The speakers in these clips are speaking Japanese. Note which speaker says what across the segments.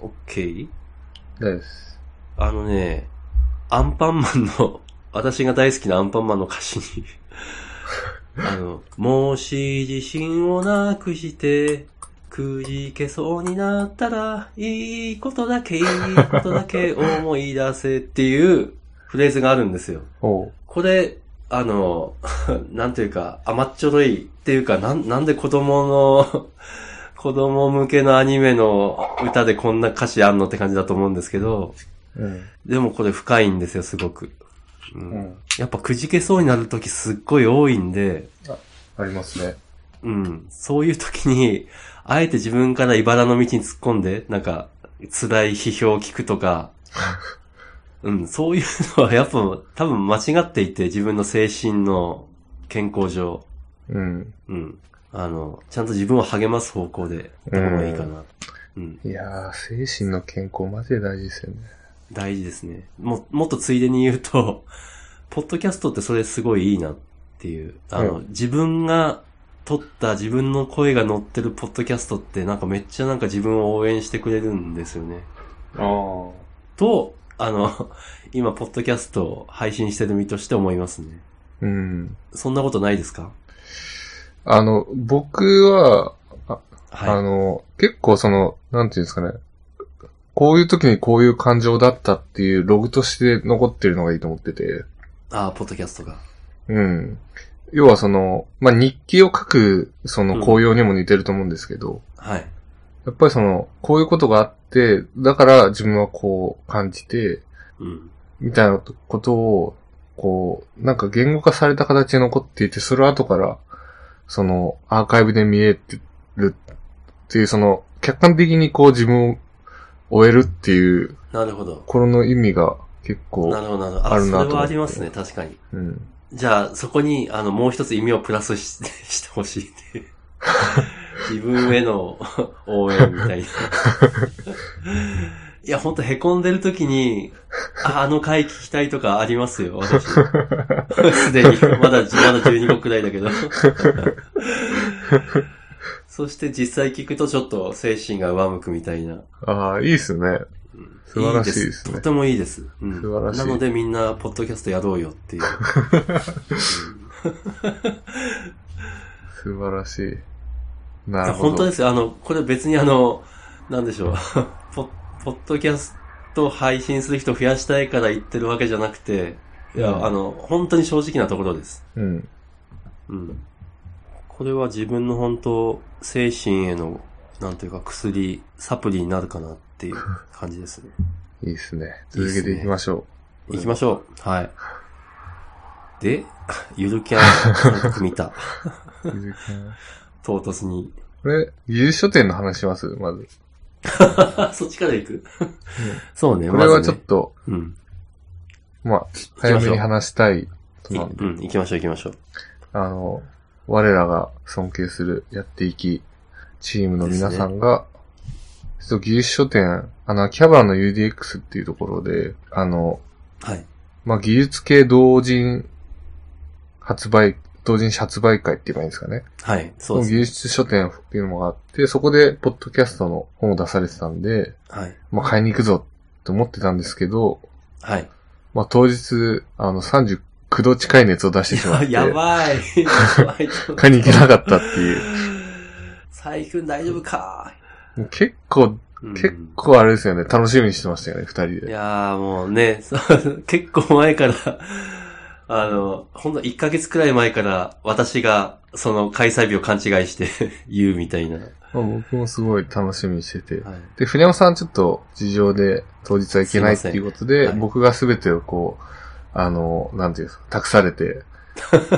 Speaker 1: OK?
Speaker 2: 大丈夫です。
Speaker 1: あのね、アンパンマンの、 私が大好きなアンパンマンの歌詞に、あの、もし自信をなくして、くじけそうになったら、いいことだけ、いいことだけ思い出せっていうフレーズがあるんですよ。
Speaker 2: おう。
Speaker 1: これ、あの、 なんていうか、甘っちょろいっていうか、なん、なんで子供の、 子供向けのアニメの歌でこんな歌詞あんのって感じだと思うんですけど、
Speaker 2: うん。
Speaker 1: でもこれ深いんですよ、すごく。う
Speaker 2: うんん。
Speaker 1: やっぱくじけそうになる時すっごい多いんで、
Speaker 2: ありますね。
Speaker 1: うん、そういう時に、あえて自分から茨の道に突っ込んで、なんか、辛い批評を聞くとか、 うん、そういうのはやっぱ多分間違っていて、自分の精神の健康上、
Speaker 2: うん。
Speaker 1: うん、あの、ちゃんと自分を励ます方向でやった方がいいかな。うん、
Speaker 2: いやー、精神の健康マジで大事ですよね。
Speaker 1: 大事ですね。も、もっとついでに言うと、 ポッドキャストってそれすごいいいなっていう。あの、
Speaker 2: う
Speaker 1: 自分が撮った自分の声が乗ってるポッドキャストってなんかめっちゃなんか自分を応援してくれるんですよね。
Speaker 2: ああ。
Speaker 1: と、あの、 今ポッドキャストを配信してる身として思いますね。
Speaker 2: うん。
Speaker 1: そんなことないですか
Speaker 2: あの、僕は、あ
Speaker 1: は
Speaker 2: の、結構その、なんていうんですかね。こういう時にこういう感情だったっていうログとして残ってるのがいいと思ってて。
Speaker 1: い。ああ、ポッドキャストが。
Speaker 2: うん。要はその、まあ、日記を書く、そ
Speaker 1: うん
Speaker 2: の紅葉にも似てると思うんですけど、
Speaker 1: はい。
Speaker 2: やっぱりその、こういうことがあって、だから自分はこう感じて、
Speaker 1: うん。
Speaker 2: みたいなことを、こう、なんか言語化された形で残っていて、それを後から、その、アーカイブで見えてるっていう、その、客観的にこう自分を終えるっていう、
Speaker 1: なるほど。
Speaker 2: これの意味が結
Speaker 1: な
Speaker 2: 構、
Speaker 1: るほど、なるほど。
Speaker 2: あ
Speaker 1: あ、
Speaker 2: るなと
Speaker 1: そ
Speaker 2: 思っ
Speaker 1: れ
Speaker 2: て
Speaker 1: はありますね、確かに。
Speaker 2: うん。
Speaker 1: じゃあ、そこに、あの、もう一つ意味をプラスししてほしいって いう。自分への応援みた いな。いや、ほんと凹んでる時に、ああの回聞きたいとかありますよ、 私。すでに。まだ、まだ12個くらいだ けど。そして実際聞くとちょっと精神が上向くみたいな。
Speaker 2: ああ、いいっすね。
Speaker 1: うん
Speaker 2: 素晴らしいですね
Speaker 1: とてもいいです。うん
Speaker 2: 素晴らしい
Speaker 1: なのでみんな、ポッドキャストやろうよっていう。
Speaker 2: 素晴らしい。な
Speaker 1: や
Speaker 2: いるほど。
Speaker 1: 本当ですよ。あの、これ別にあの、なんでしょう。 ポポッドキャスト配信する人増やしたいから言ってるわけじゃなくて、いや、
Speaker 2: うん
Speaker 1: あの、本当に正直なところです。
Speaker 2: うん。
Speaker 1: うん。これは自分の本当、精神への、なんというか薬、サプリになるかなっていう感じですね。
Speaker 2: いいっすね。
Speaker 1: いいっ
Speaker 2: 続
Speaker 1: すね
Speaker 2: けていきましょ う。
Speaker 1: 行きましょう。はい。で、 ゆるキャン、なんか見 た。
Speaker 2: う。続けます
Speaker 1: 唐突に。
Speaker 2: これ、技術書店の話しますまず。
Speaker 1: そっちから行く。そうね、
Speaker 2: これ
Speaker 1: ま
Speaker 2: は
Speaker 1: ず
Speaker 2: ちょ
Speaker 1: ね
Speaker 2: っと、
Speaker 1: うん。
Speaker 2: まあ、
Speaker 1: きましょう
Speaker 2: 早めに話したいこと
Speaker 1: い
Speaker 2: なんで
Speaker 1: うん、行きましょう行きましょう。
Speaker 2: あの、我らが尊敬するやっていきチームの皆さんが、ちょっと技術書店、あの、秋葉原の UDX っていうところで、あの、
Speaker 1: はい。
Speaker 2: まあ、技術系同人発売、同人誌発売会って言えばいいんですかね。
Speaker 1: はい、そうです。
Speaker 2: 技術書店っていうのがあって、そこでポッドキャストの本を出されてたんで、
Speaker 1: はい。
Speaker 2: まあ、買いに行くぞって思ってたんですけど、
Speaker 1: はい。
Speaker 2: まあ、当日、あの、39度近い熱を出してしまって、
Speaker 1: やばい。や ばい。ちょっと
Speaker 2: 買いに行けなかったっていう。
Speaker 1: 最近大丈夫か。
Speaker 2: もう結構、
Speaker 1: うん
Speaker 2: 結構あれですよね。楽しみにしてましたよね、二人
Speaker 1: い
Speaker 2: で。
Speaker 1: やーもうね、 そう結構前から、あの、ほんと1ヶ月くらい前から私がその開催日を勘違いして 言うみたいな。は
Speaker 2: まあ、僕もすごい楽しみにしてて。
Speaker 1: い。
Speaker 2: で、船尾さんちょっと事情で当日は行けないっていうこと
Speaker 1: すいま
Speaker 2: で、
Speaker 1: せんはい
Speaker 2: 僕が全てをこう、あの、なんていうんですか、託されて、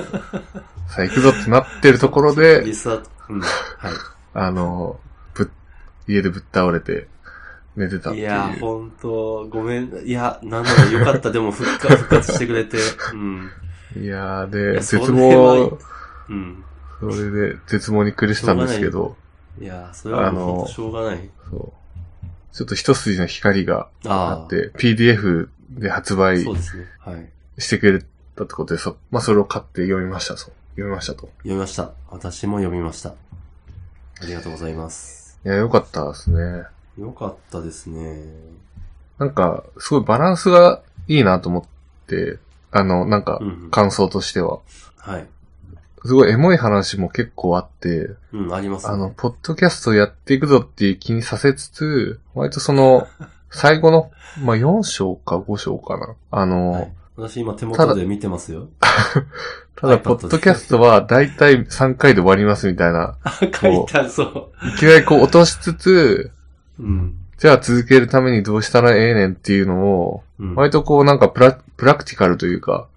Speaker 2: さあ行くぞってなってるところで
Speaker 1: リ、スタート。うん。はい。
Speaker 2: あの、ぶっ、家でぶっ倒れて寝てたって
Speaker 1: い
Speaker 2: いう。
Speaker 1: やー、ほんと、ごめん。いや、なんだろう、よかった。でも復活、復活してくれて。うん。
Speaker 2: いやー
Speaker 1: い
Speaker 2: で、
Speaker 1: やそ
Speaker 2: 絶
Speaker 1: れは
Speaker 2: 望、
Speaker 1: うん。
Speaker 2: それで絶望に苦したんですけ
Speaker 1: しょ
Speaker 2: ど、
Speaker 1: いやー、それはもうほんとしょうがない。
Speaker 2: そう。ちょっと一筋の光があ
Speaker 1: あ
Speaker 2: っ
Speaker 1: あ
Speaker 2: て、PDF で発
Speaker 1: ー、
Speaker 2: 売
Speaker 1: そうですね。はい。
Speaker 2: してくれたってことで、そ、まあ、それを買って読みました、そう。読みましたと。
Speaker 1: 読みました。私も読みました。ありがとうございます。
Speaker 2: いや、よかったですね。
Speaker 1: よかったですね。
Speaker 2: なんか、すごいバランスがいいなと思って、あの、なんか
Speaker 1: う、ん。
Speaker 2: 感想としては。
Speaker 1: はい。
Speaker 2: すごいエモい話も結構あって、
Speaker 1: うん、あります、ね。
Speaker 2: あの、ポッドキャストやっていくぞっていう気にさせつつ、割とその、最後の、まあ、4章か5章かな。あの、
Speaker 1: はい、私今手
Speaker 2: ただ
Speaker 1: 元で見てます よ。
Speaker 2: ただ、
Speaker 1: iPad
Speaker 2: ポッドキャストは大体3回で終わりますみたいな。
Speaker 1: 書いた、そ
Speaker 2: いきなりこう落としつつ、
Speaker 1: う。うん。
Speaker 2: じゃあ続けるためにどうしたらええねんっていうのを、
Speaker 1: うん、
Speaker 2: 割とこうなんかプラプラクティカルというか、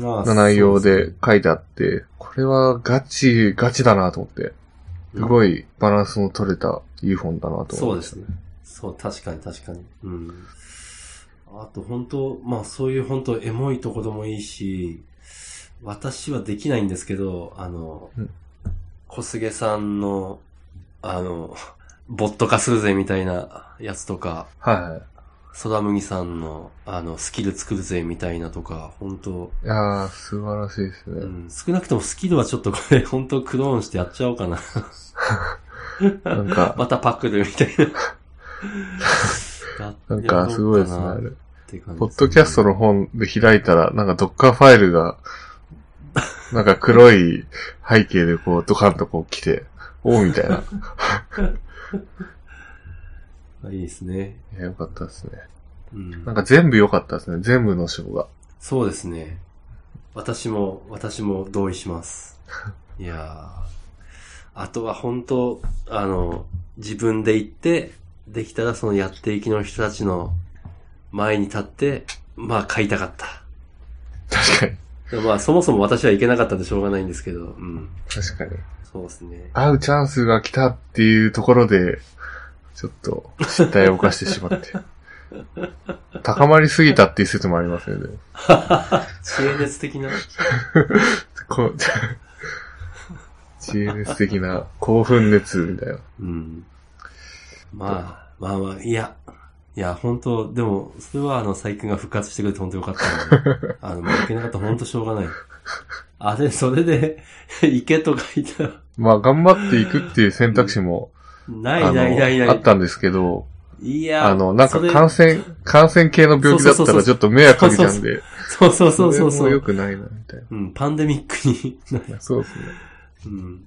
Speaker 1: あ
Speaker 2: な内容で。書いてあって、これはガチ、ガチだなと思って。すごいバランスの取れたいい本だなと思って。
Speaker 1: そうですね。そう、確かに確かに。うん。あと本当、まあそういう本当エモいとこでもいいし、私はできないんですけど、あの、
Speaker 2: うん
Speaker 1: 小菅さんの、あの、ボット化するぜみたいなやつとか、
Speaker 2: は
Speaker 1: ソダムギさんの、あの、スキル作るぜみたいなとか、本当
Speaker 2: い。いやー、素晴らしいですね。
Speaker 1: うん、少なくともスキルはちょっとこれ、 本当クローンしてやっちゃおうかな。
Speaker 2: な んか、
Speaker 1: またパクるみたいな。
Speaker 2: なんかすごいですね。
Speaker 1: や
Speaker 2: あ
Speaker 1: ろうかな
Speaker 2: れ
Speaker 1: って感じですね
Speaker 2: ポッドキャストの本で開いたら、なんかドッカーファイル が、なんか黒い背景でこうドカンとこう来て、おうみたいな。
Speaker 1: あいいですね。
Speaker 2: いや、よかったですね。
Speaker 1: うん
Speaker 2: なんか全部良かったですね。全部の章が。
Speaker 1: そうですね。私も、私も同意し ます。いやーあとは本当、あの、自分で行って、できたらそのやっていきの人たちの前に立って、まあ買いたかった。
Speaker 2: 確かに。
Speaker 1: でもまあそもそも私は行けなかったんでしょうがないんですけど、うん。
Speaker 2: 確かに。
Speaker 1: そうですね。
Speaker 2: 会うチャンスが来たっていうところで、ちょっと失態を犯してしまって。 高まりすぎたっていう説もありますよね。
Speaker 1: 知恵熱的な。
Speaker 2: こう 知恵熱的な興奮熱みたいな。
Speaker 1: うん。まあ、まあまあ、いや、いや、本当でも、それはあの、最近が復活してくれて本当よかったの で、あの、もう行けなかったら本当しょうがない。あれ、それで、 行けとか言ったら、
Speaker 2: まあ、頑張っていくっていう選択肢も、
Speaker 1: な
Speaker 2: あ
Speaker 1: いないない
Speaker 2: の、
Speaker 1: な
Speaker 2: あっ
Speaker 1: い。
Speaker 2: たんですけど、
Speaker 1: いや、
Speaker 2: あの、なんか
Speaker 1: それ
Speaker 2: 感染、感染系の病気だっ
Speaker 1: そうそ
Speaker 2: た
Speaker 1: うそうそう
Speaker 2: らちょっと迷惑かけちゃうんで、
Speaker 1: そうそうそうそう
Speaker 2: れ
Speaker 1: そ
Speaker 2: も良
Speaker 1: う。
Speaker 2: くないな、みたい
Speaker 1: うん、パンデミックになる。
Speaker 2: な。そうですね。
Speaker 1: うん。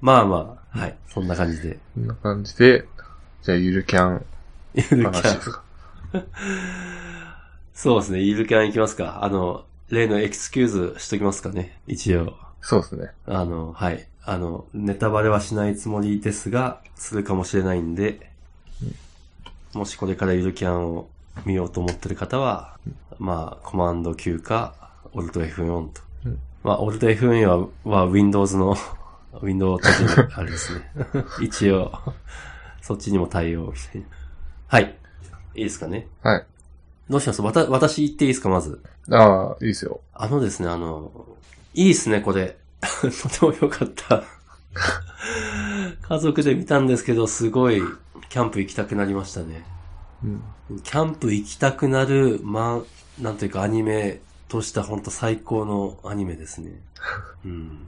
Speaker 1: まあまあ、はい、そんな感じで。
Speaker 2: こんな感じで、じゃあ、ゆるキャン
Speaker 1: ゆるキ
Speaker 2: 話
Speaker 1: ャ
Speaker 2: です
Speaker 1: ン。
Speaker 2: か。
Speaker 1: そうですね、ゆるキャン行きますか。あの、例のエクスキューズしときますかね、一応。
Speaker 2: そうですね。
Speaker 1: あの、はい。あの、ネタバレはしないつもりですが、するかもしれないんで、もしこれからゆるキャンを見ようと思ってる方は、まあ、コマンド Q か、オルト F4 と。
Speaker 2: うん
Speaker 1: まあ、オルト F4 は、は Windows の、Windows としてあれです ね。一応、そっちにも対応みたいな。はい。いいですかね。
Speaker 2: はい。
Speaker 1: どうしますわた、私言っていいですか、まず。
Speaker 2: ああ、いいですよ。
Speaker 1: あのですね、あの、いいですね、これ。 とても良かった。家族で見たんですけど、すごい、キャンプ行きたくなりましたね。
Speaker 2: うん。
Speaker 1: キャンプ行きたくなる、まあ、なんというかアニメとした本当最高のアニメです ね。うん。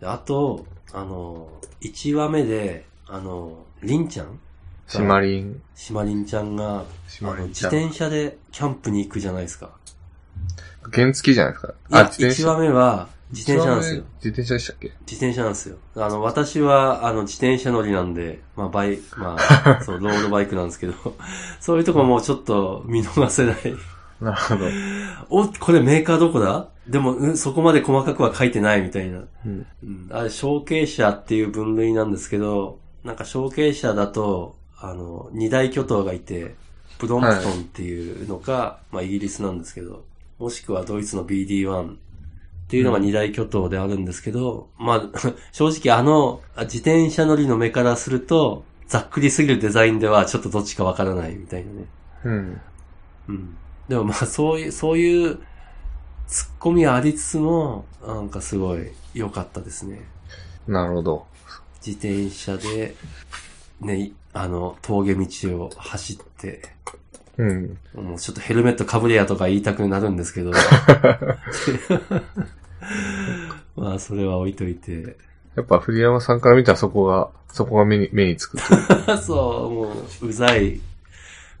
Speaker 1: であと、あの、1話目で、あの、りんちゃん
Speaker 2: シマリン。
Speaker 1: しまりんちゃんが、
Speaker 2: シ
Speaker 1: あ
Speaker 2: マ
Speaker 1: の、
Speaker 2: リンち
Speaker 1: 自
Speaker 2: ゃん。
Speaker 1: 転車でキャンプに行くじゃないですか。
Speaker 2: 原付きじゃないですか。
Speaker 1: いや、1話目は自転車なんです
Speaker 2: 一
Speaker 1: よ
Speaker 2: 番。上自転車でしたっけ
Speaker 1: 自転車なんですよ。あの、私は、あの、自転車乗りなんで、まあ、バイ、まあ、そう、ロードバイクなんですけど、そういうとこもうちょっと見逃せない。
Speaker 2: なるほど。
Speaker 1: お、これメーカーどこだでも、うん、そこまで細かくは書いてないみたいな。
Speaker 2: うん。
Speaker 1: うん、あれ、承継者っていう分類なんですけど、なんか承継者だと、あの、二大巨頭がいて、ブロンプトンっていうのか、まあイギリスなんですけど、もしくはドイツの BD1 っていうのが二大巨頭であるんですけど、まあ、 正直あの、あ自転車乗りの目からすると、ざっくりすぎるデザインではちょっとどっちかわからないみたいなね。
Speaker 2: うん。
Speaker 1: うん。でもまあそういう、そういう突っ込みはありつつも、なんかすごい良かったですね。
Speaker 2: なるほど。
Speaker 1: 自転車で、ね、いあの、峠道を走って、
Speaker 2: うん。
Speaker 1: もうちょっとヘルメットかぶれやとか言いたくなるんです けど。まあ、それは置いといて。
Speaker 2: えやっぱ古山さんから見たらそこが、そこが目に、目につくという。
Speaker 1: そう、もう、うざい。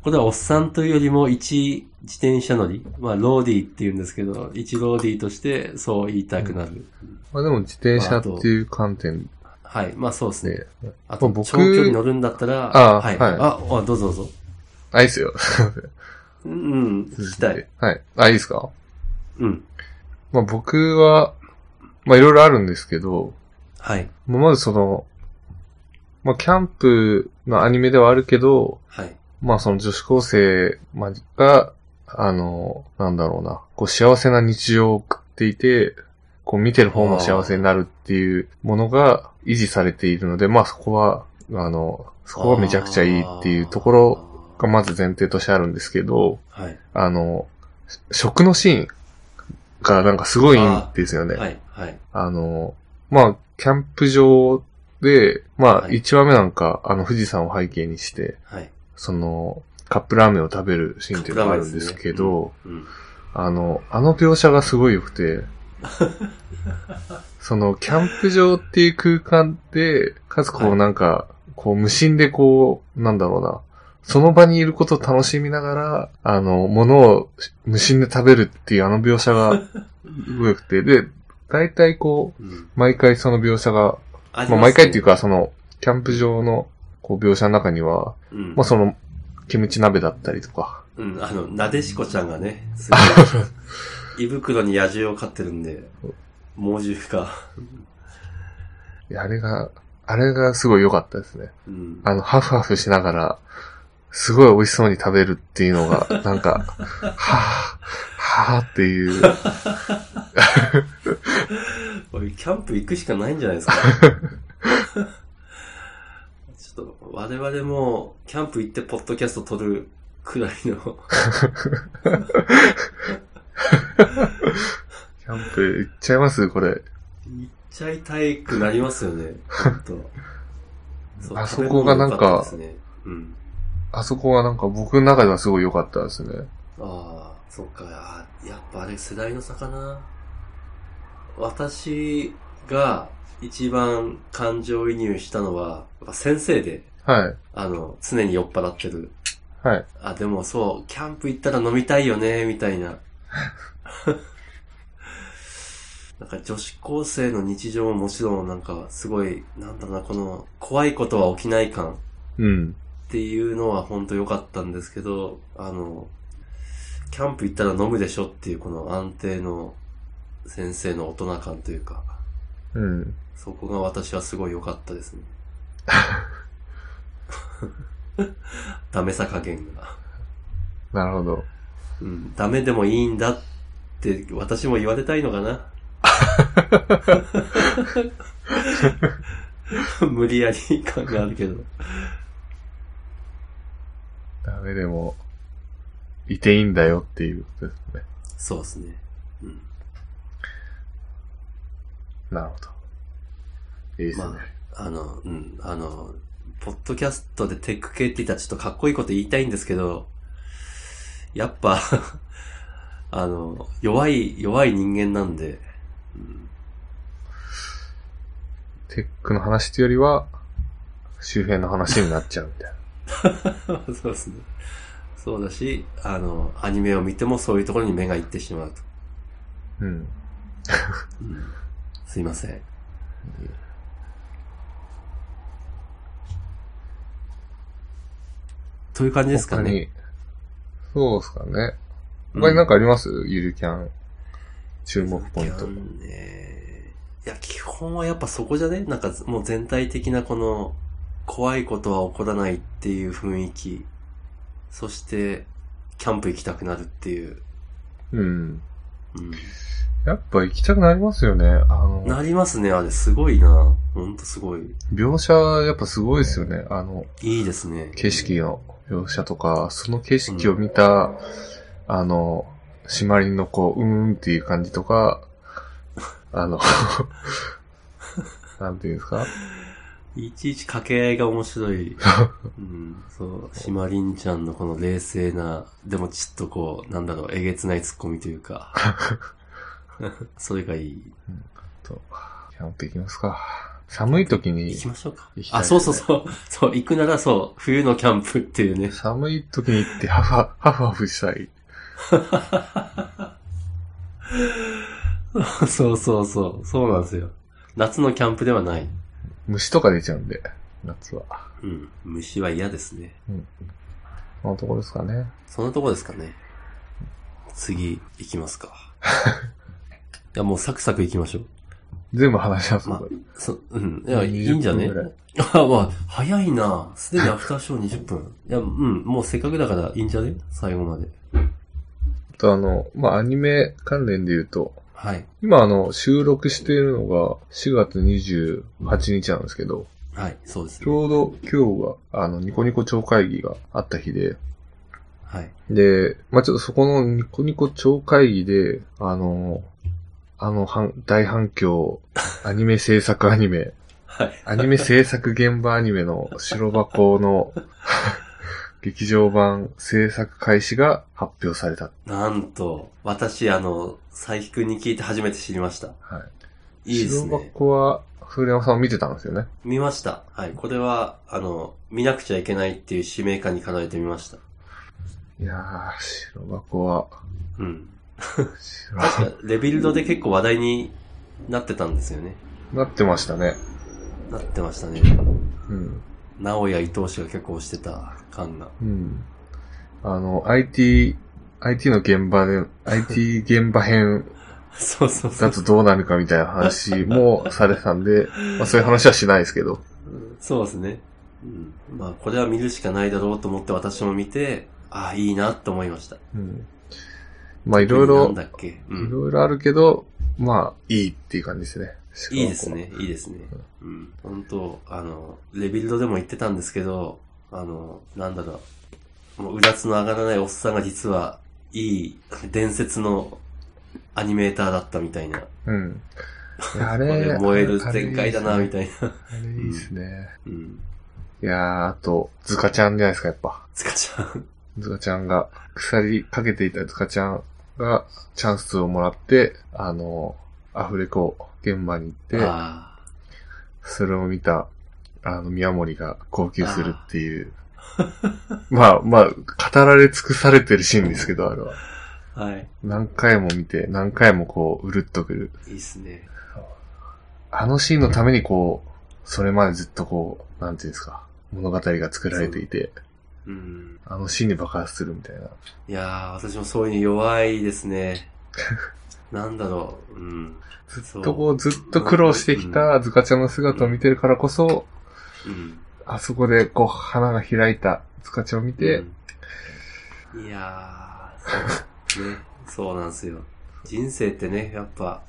Speaker 1: これはおっさんというよりも、一自転車乗り、まあ、ローディーって言うんですけど、一ローディーとして、そう言いたくなる。
Speaker 2: まあでも自転車っていう観点
Speaker 1: はい、まあそうですね。
Speaker 2: で、
Speaker 1: あと、
Speaker 2: 僕
Speaker 1: 長距離乗るんだったら、
Speaker 2: あ
Speaker 1: はい、
Speaker 2: はい
Speaker 1: あ、あどうぞどうぞ。
Speaker 2: あ、いいっすよ。
Speaker 1: うん、うん、聞きたい。。
Speaker 2: はい。あ、いいっすか
Speaker 1: うん。
Speaker 2: まあ僕は、まあいろいろあるんですけど、
Speaker 1: はい、
Speaker 2: まあまずその、まあキャンプのアニメではあるけど、
Speaker 1: はい。
Speaker 2: まあその女子高生まあが、あの、なんだろうな、こう幸せな日常を送っていて、こう見てる方も幸せになるっていうものが維持されているので、まあそこは、あの、そこはめちゃくちゃいいっていうところがまず前提としてあるんですけど、
Speaker 1: あー、はい、
Speaker 2: あの、し食のシーンがなんかすごいんですよね。あ,、
Speaker 1: はい、はい。
Speaker 2: の、まあ、キャンプ場で、まあ、
Speaker 1: はい
Speaker 2: 1話目なんか、あの、富士山を背景にして、
Speaker 1: はい。
Speaker 2: その、カップラーメンを食べるシーンっていうのがあるんですけど、
Speaker 1: うん。
Speaker 2: あの、あの描写がすごい良く て、その、キャンプ場っていう空間で、かつこ
Speaker 1: は
Speaker 2: う
Speaker 1: い
Speaker 2: なんか、こう無心でこう、なんだろうな、その場にいることを楽しみながら、あの、物を無心で食べるっていうあの描写がすごい良くて、で、大体こう、
Speaker 1: うん
Speaker 2: 毎回その描写が、
Speaker 1: あり
Speaker 2: まあ
Speaker 1: ま
Speaker 2: 毎回っていう
Speaker 1: か、
Speaker 2: か、その、キャンプ場のこう描写の中には、
Speaker 1: うん、
Speaker 2: まあその、キムチ鍋だったりとか。
Speaker 1: うん、あの、なでしこちゃんが ね、すごい、胃袋に野獣を飼ってるんで、猛獣か。
Speaker 2: いやあれが、あれがすごい良かったですね。
Speaker 1: うん。
Speaker 2: あの、ハフハフしながら、すごい美味しそうに食べるっていうの が、なんか、はぁ、はぁっていう。
Speaker 1: おいキャンプ行くしかないんじゃないです か。ちょっと、我々も、キャンプ行ってポッドキャスト撮るくらいの、
Speaker 2: キャンプ行っちゃいますこれ。
Speaker 1: 行っちゃいたいくなりますよね。ほん とう
Speaker 2: あそこがなんか
Speaker 1: 食べ物良ったですね、うん。
Speaker 2: あそこはなんか僕の中ではすごい良かったですね。
Speaker 1: ああ、そっか。あやっぱあれ世代の差かな。私が一番感情移入したのは、やっぱ先生で、
Speaker 2: はい。
Speaker 1: あの、常に酔っ払ってる。
Speaker 2: はい。
Speaker 1: あ、でもそう、キャンプ行ったら飲みたいよね、みたいな。 なんか女子高生の日常ももちろんなんかすごい、なんだろうな、この怖いことは起きない感。
Speaker 2: うん。
Speaker 1: っていうのは本当良かったんですけど、あの、キャンプ行ったら飲むでしょっていうこの安定の先生の大人感というか、
Speaker 2: うん。
Speaker 1: そこが私はすごい良かったですね。ダメさ加減が。
Speaker 2: なるほど。
Speaker 1: うん、ダメでもいいんだって私も言われたいのかな。無理やり感があるけど。
Speaker 2: ダメでも、いていいんだよっていうことですね。
Speaker 1: そうですね。うん
Speaker 2: なるほど。いいですね。
Speaker 1: まあの、うん、あの、ポッドキャストでテック系って言ったらちょっとかっこいいこと言いたいんですけど、やっぱ、 あの、弱い、弱い人間なんで、 うん
Speaker 2: テックの話っていうよりは、周辺の話になっちゃうみたいな。
Speaker 1: そうですね。そうだし、あの、アニメを見てもそういうところに目がいってしまうと。
Speaker 2: うん。
Speaker 1: うんすいません。という感じですかね。
Speaker 2: 他に。そうですかね。他になんかあります、ゆるキャン。注目ポイン
Speaker 1: キャ
Speaker 2: ト。
Speaker 1: ンねいや、基本はやっぱそこじゃねなんかもう全体的なこの、怖いことは起こらないっていう雰囲気。そして、キャンプ行きたくなるっていう。
Speaker 2: うん。
Speaker 1: う
Speaker 2: やっぱ行きたくなりますよね。あの
Speaker 1: ん、、なりますね、あれ。すごいな。ほんとすごい。
Speaker 2: 描写やっぱすごいですよね。あの、
Speaker 1: いいですね。
Speaker 2: 景色の描写とか、その景色を見た、あの、締まりのこう、うーんっていう感じとか、あの、なんていうんですか
Speaker 1: いちいち掛け合いが面白い。 うん、そう、しまりんちゃんのこの冷静な、でもちょっとこう、なんだろう、えげつないツッコミという か。それがいい。
Speaker 2: キャンプ行きますか。寒い時に
Speaker 1: 行、きましょうか
Speaker 2: 行き。たい
Speaker 1: あ、
Speaker 2: です
Speaker 1: そうそ
Speaker 2: ね
Speaker 1: うそう。 そう、行くならそう、冬のキャンプっていうね。
Speaker 2: 寒い時に行ってハフハハフハフしたい。
Speaker 1: そうそうそう。そうなんですよ。夏のキャンプではない。
Speaker 2: 虫とか出ちゃうんで、夏は。
Speaker 1: うん。虫は嫌ですね。
Speaker 2: このところですかね。
Speaker 1: そんなとこですかね。次、行き ますか。いや、もうサクサク行きましょう。
Speaker 2: 全部話します、
Speaker 1: ま
Speaker 2: これ
Speaker 1: そうん。いや、
Speaker 2: 20
Speaker 1: いいんじゃね
Speaker 2: 分ぐらい
Speaker 1: あ、まあ、早いな。すでにアフターショー20分。いや、うん。もうせっかくだからいいんじゃね最後まで。
Speaker 2: あとあの、まあ、アニメ関連で言うと、
Speaker 1: はい。
Speaker 2: 今あの、収録しているのが4月28日なんですけど、
Speaker 1: はい。そうです
Speaker 2: ち
Speaker 1: ね。
Speaker 2: ょうど今日が、あの、ニコニコ超会議があった日で、
Speaker 1: はい。
Speaker 2: で、まあ、ちょっとそこのニコニコ超会議で、あの、あの反、大反 響、アニメ制作アニメ、
Speaker 1: はい。
Speaker 2: アニメ制作現場アニメの白 箱の劇場版制作開始が発表された。
Speaker 1: なんと、私、あの、佐伯くんに聞いて初めて知りました。
Speaker 2: はい
Speaker 1: いです
Speaker 2: 白
Speaker 1: ね。
Speaker 2: 箱は、古山さんを見てたんですよね。
Speaker 1: 見ました。はい。これは、あの、見なくちゃいけないっていう使命感に駆られてみました。
Speaker 2: いやー、白箱は、
Speaker 1: うん。確
Speaker 2: 白箱
Speaker 1: か、レビルドで結構話題になってたんですよね。
Speaker 2: なってましたね。
Speaker 1: なってましたね。
Speaker 2: うん。
Speaker 1: 直哉伊藤氏が結構推してた感が。
Speaker 2: うん。あの、IT、IT の現場で、IT 現場編
Speaker 1: そうそうそ
Speaker 2: だ
Speaker 1: う。
Speaker 2: とどうなるかみたいな話もされてた んで、まあそういう話はしないですけど。
Speaker 1: そうですね。うん。まあ、これは見るしかないだろうと思って私も見て、ああ、いいなと思いました。い
Speaker 2: うん。まあいろ
Speaker 1: な
Speaker 2: い
Speaker 1: ん
Speaker 2: ろ、
Speaker 1: だっけ。う
Speaker 2: い
Speaker 1: ん。
Speaker 2: ろいろあるけど、まあ、いいっていう感じですね。
Speaker 1: いいですね、いいですね。うん。本当あの、レビルドでも言ってたんですけど、あの、なんだろう、もう、うだつの上がらないおっさんが実は、いい伝説のアニメーターだったみたいな。
Speaker 2: うん。いやあ
Speaker 1: こ
Speaker 2: れ、
Speaker 1: 燃える展開だな、み
Speaker 2: い
Speaker 1: たいな。
Speaker 2: な。あれいいですね。
Speaker 1: うん。
Speaker 2: いやー、あと、ズカちゃんじゃないですか、やっぱ。
Speaker 1: つかちゃん。
Speaker 2: ズカちゃんが、鎖かけていたズカちゃんが、チャンスをもらって、あの、アフレコ現場に行って、
Speaker 1: ああ。
Speaker 2: それを見た、あの、宮森が号泣するっていう。まあ、まあ、語られ尽くされてるシーンですけど、あれは。
Speaker 1: はい。
Speaker 2: 何回も見て、何回もこう、うるっとくる。
Speaker 1: いいっすね。
Speaker 2: あのシーンのためにこう、それまでずっとこう、なんていうんですか、物語が作られていて、
Speaker 1: うん。
Speaker 2: あのシーンに爆発するみたいな。
Speaker 1: いやー、私もそういうの弱いです ね。なんだろう。うん。
Speaker 2: ずっとこう、ずっと苦労してきたズカちゃんの姿を見てるからこそ、
Speaker 1: うん。
Speaker 2: あそこでこう、花が開いたズカちゃんを見て、
Speaker 1: うんいやー、そうね、 そうなんですよ。人生ってね、やっぱ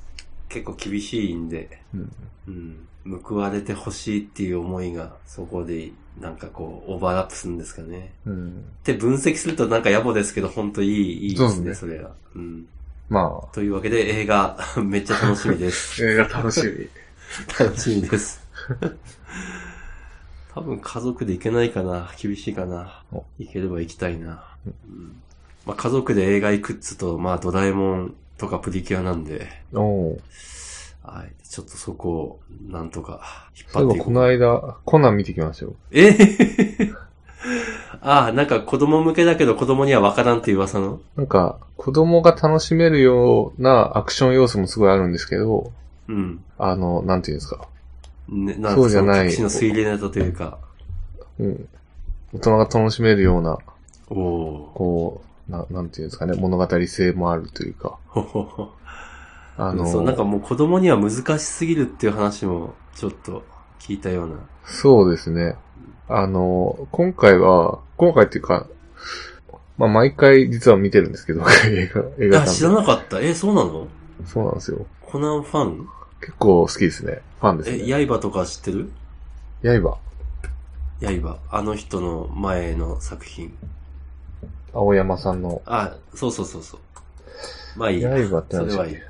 Speaker 1: 結構厳しいんで、
Speaker 2: うん
Speaker 1: うん報われてほしいっていう思いがそこでなんかこうオーバーラップするんですかね。
Speaker 2: うん。
Speaker 1: って分析するとなんか野暮ですけど、ほんといい、いいですね、
Speaker 2: そ
Speaker 1: それは。うん。
Speaker 2: まあ、
Speaker 1: というわけで映画 めっちゃ楽しみです。
Speaker 2: 映画楽しみ。
Speaker 1: 楽しみです。 多分家族で行けないかな。厳しいかな
Speaker 2: お。
Speaker 1: 行ければ行きたいな。うんまあ、家族で映画行くっつうと、まあドラえもんとかプリキュアなんで、
Speaker 2: おう
Speaker 1: はい。ちょっとそこを、なんとか、引っ
Speaker 2: そう
Speaker 1: 張って
Speaker 2: いえ
Speaker 1: いこ
Speaker 2: ばこ
Speaker 1: う。
Speaker 2: の間、コナン見てきましたよ。
Speaker 1: え ーああ、なんか子供向けだけど子供にはわからんっていう噂の
Speaker 2: なんか、子供が楽しめるようなアクション要素もすごいあるんですけど、
Speaker 1: うん。
Speaker 2: あの、なんていうんですか。
Speaker 1: ね、なんか
Speaker 2: そうじゃない
Speaker 1: その隠しの推理ネタというか。
Speaker 2: うん。大人が楽しめるような、
Speaker 1: おお
Speaker 2: こう、ななんていうんですかね、物語性もあるというか、
Speaker 1: ー。
Speaker 2: あの、
Speaker 1: そう、なんかもう子供には難しすぎるっていう話も、ちょっと聞いたような。
Speaker 2: そうですね。あの、今回は、今回っていうか、まあ、毎回実は見てるんですけど、 映画、映画
Speaker 1: あ、知ら
Speaker 2: 館
Speaker 1: なかった。え、そうなの
Speaker 2: でそうなんですよ。
Speaker 1: コナンファン
Speaker 2: 結構好きですね。ファンですね。
Speaker 1: え、刃とか知ってる
Speaker 2: 刃、
Speaker 1: 刃。あの人の前の作品。
Speaker 2: 青山さんの、
Speaker 1: あ、そうそうそうそう。まあいい。
Speaker 2: 刃って
Speaker 1: そ
Speaker 2: 何で
Speaker 1: れ
Speaker 2: した
Speaker 1: は
Speaker 2: っ
Speaker 1: いい
Speaker 2: け。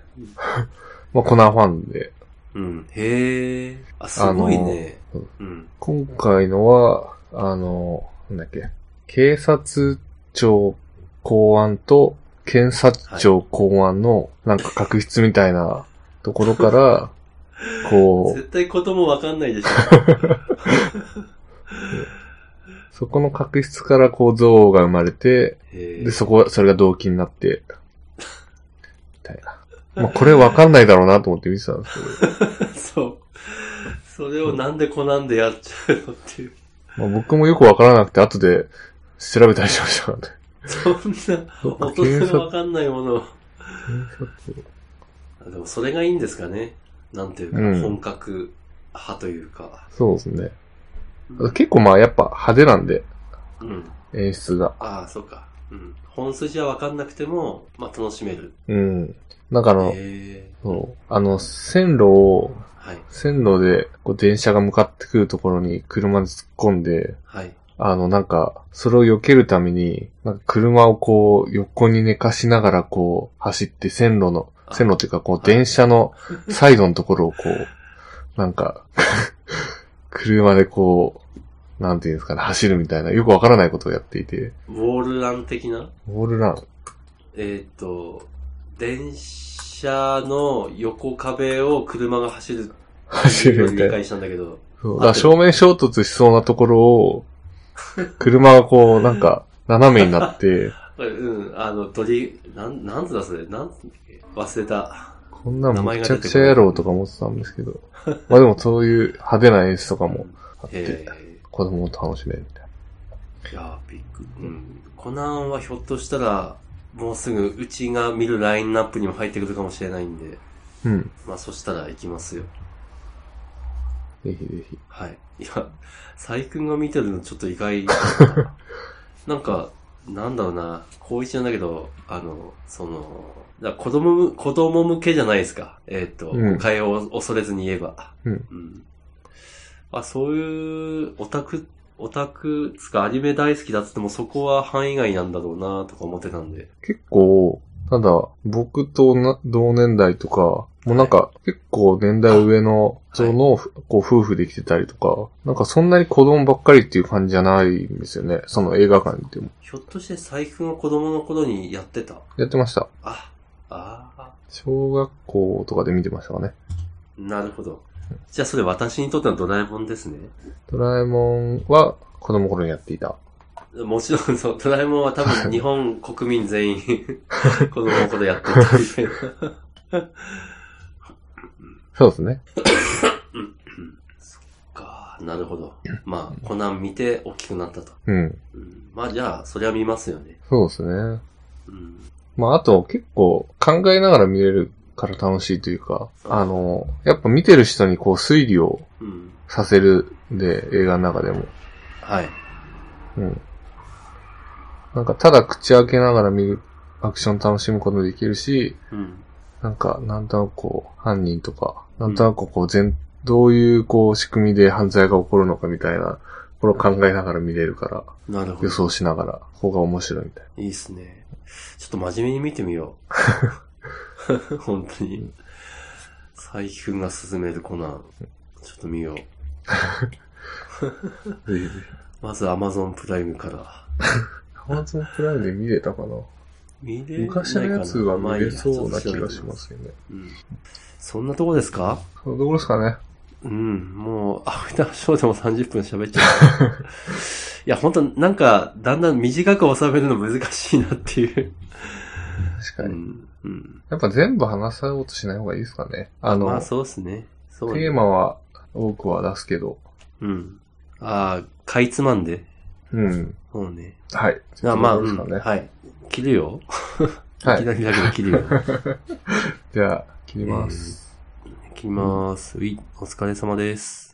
Speaker 2: まあ、コナンファンで、
Speaker 1: うん。へえ。あ、すごいね。
Speaker 2: あのー
Speaker 1: うん。
Speaker 2: 今回のは、あの、なんだっけ、警察庁公安と検察庁公安のなんか確執みたいなところから、こう、
Speaker 1: 絶対こともわかんないでしょ。
Speaker 2: そこの確執からこう憎悪が生まれて、
Speaker 1: へ
Speaker 2: で、そこ、それが動機になって、みたいな。まあ、これわかんないだろうなと思って見てたんですけど、
Speaker 1: え そう。それをなんでこなんでやっちゃうのっていう。
Speaker 2: まあ、僕もよくわからなくて、後で調べたりしましたからね。
Speaker 1: そんな、
Speaker 2: そうか
Speaker 1: 大人がわかんないものを。
Speaker 2: 検索
Speaker 1: でもそれがいいんですかね。なんていうか、
Speaker 2: うん
Speaker 1: 本格派というか。
Speaker 2: そうですね。結構まあやっぱ派手なんで、
Speaker 1: うん。
Speaker 2: 演出が。
Speaker 1: ああ、そうか。うん。本筋はわかんなくても、まあ楽しめる。
Speaker 2: うん。なんかあの、
Speaker 1: へえ。
Speaker 2: そうあの、線路を、
Speaker 1: はい。
Speaker 2: 線路でこう電車が向かってくるところに車で突っ込んで、
Speaker 1: はい。
Speaker 2: あの、なんか、それを避けるために、なんか車をこう、横に寝かしながらこう、走って線路の、
Speaker 1: あ
Speaker 2: 線路っていうかこう
Speaker 1: は、い
Speaker 2: 電車のサイドのところをこう、なんか、 車でこう、なんていうんですかね、走るみたいな、よくわからないことをやっていて、
Speaker 1: ウォールラン的な
Speaker 2: ウォールラン。
Speaker 1: えーっと、電車の横壁を車が走る。
Speaker 2: 走るみたい
Speaker 1: 理
Speaker 2: な。
Speaker 1: 解したんだけど。
Speaker 2: そうだから正面衝突しそうなところを、車がこ う、なんか、斜めにな って、
Speaker 1: うん、あの、鳥、なん、なんつうんだそれ、なんつうんだっけ忘れた。
Speaker 2: こんなんむちゃくちゃやろうとか思ってたんですけど。まあでもそういう派手な演出とかもあって
Speaker 1: え、え
Speaker 2: 子供を楽しめるみたいな。
Speaker 1: いやー、ビッグ。うん。コナンはひょっとしたら、もうすぐうちが見るラインナップにも入ってくるかもしれないんで、
Speaker 2: うん。
Speaker 1: まあそしたら行きますよ。
Speaker 2: ぜひぜひ。
Speaker 1: はい。いや、サイ君が見てるのちょっと意 外だったな。なんか、なんだろうな、高一なんだけど、あの、その、だから子供む、子誤向けじゃないですか。えっ、と、
Speaker 2: うん
Speaker 1: 誤解を恐れずに言えば。
Speaker 2: うん
Speaker 1: あ、そういう、オタク、オタク、つかアニメ大好きだっつってもそこは範囲外なんだろうなとか思ってたんで。
Speaker 2: 結構、ただ、僕とな同年代とか、もうなんか、結構年代上の人の、こう夫婦で来てたりとか、なんかそんなに子供ばっかりっていう感じじゃないんですよね。その映画館でも。
Speaker 1: ひょっとしてサイ君は子供の頃にやってた
Speaker 2: やってました。
Speaker 1: あ、ああ。
Speaker 2: 小学校とかで見てましたかね。
Speaker 1: なるほど。じゃあそれ私にとってのドラえもんですね。
Speaker 2: ドラえもんは子供頃にやっていた。
Speaker 1: もちろんそう、 ドラえもんは多分日本国民全 員子供の頃やってたみたいな。
Speaker 2: そうですね。
Speaker 1: そっか、なるほど。まあ、コナン見て大きくなったと。
Speaker 2: うん。
Speaker 1: うん、まあじゃあ、それは見ますよね。
Speaker 2: そうですね。
Speaker 1: うん、
Speaker 2: まあ、あと結構考えながら見れるから楽しいというか、あの、やっぱ見てる人にこう推理を
Speaker 1: うん、
Speaker 2: させるんで、映画の中でも。
Speaker 1: はい。
Speaker 2: うん。なんかただ口開けながら見るアクション楽しむこともできるし、
Speaker 1: うん、
Speaker 2: なんかなんとなくこう犯人とか、なんとなくこう全、どういうこう仕組みで犯罪が起こるのかみたいな、これを考えながら見れるから、
Speaker 1: なるほ
Speaker 2: 予
Speaker 1: ど。
Speaker 2: 想しながら、方が面白いみたい
Speaker 1: いいっすね。ちょっと真面目に見てみよ う。本当に。佐伯くんが勧めるコナン。ちょっと見よう。
Speaker 2: な。ぜ
Speaker 1: まず Amazon プライムから。
Speaker 2: ハマゾンプライムで見れたかな
Speaker 1: 見れないかな
Speaker 2: 昔のやつが見れそうな気がし
Speaker 1: まあ
Speaker 2: ま。
Speaker 1: いいやちょっと調べてみ
Speaker 2: すよね。
Speaker 1: うんそんなとこですか
Speaker 2: そのところですかね。
Speaker 1: うん、もう、アフターショーでも30分喋っちゃ う。いや、本当なんか、だんだん短く収めるの難しいなっていう。
Speaker 2: 確か
Speaker 1: う
Speaker 2: に。
Speaker 1: ん。うん、
Speaker 2: やっぱ全部話そうとしない方がいいですかね。あの、
Speaker 1: まあ、そうですね。そう、
Speaker 2: テーマは多くは出すけど。
Speaker 1: うん。ああ、かいつまんで。
Speaker 2: うん。
Speaker 1: そうね。
Speaker 2: はい。
Speaker 1: あまあ、
Speaker 2: そう
Speaker 1: う
Speaker 2: です
Speaker 1: ん、
Speaker 2: かね。
Speaker 1: はい。切るよ。
Speaker 2: はい
Speaker 1: いきなりだけど 切るよ。
Speaker 2: じゃあ、切ります。
Speaker 1: 切ります。うい、お疲れ様です。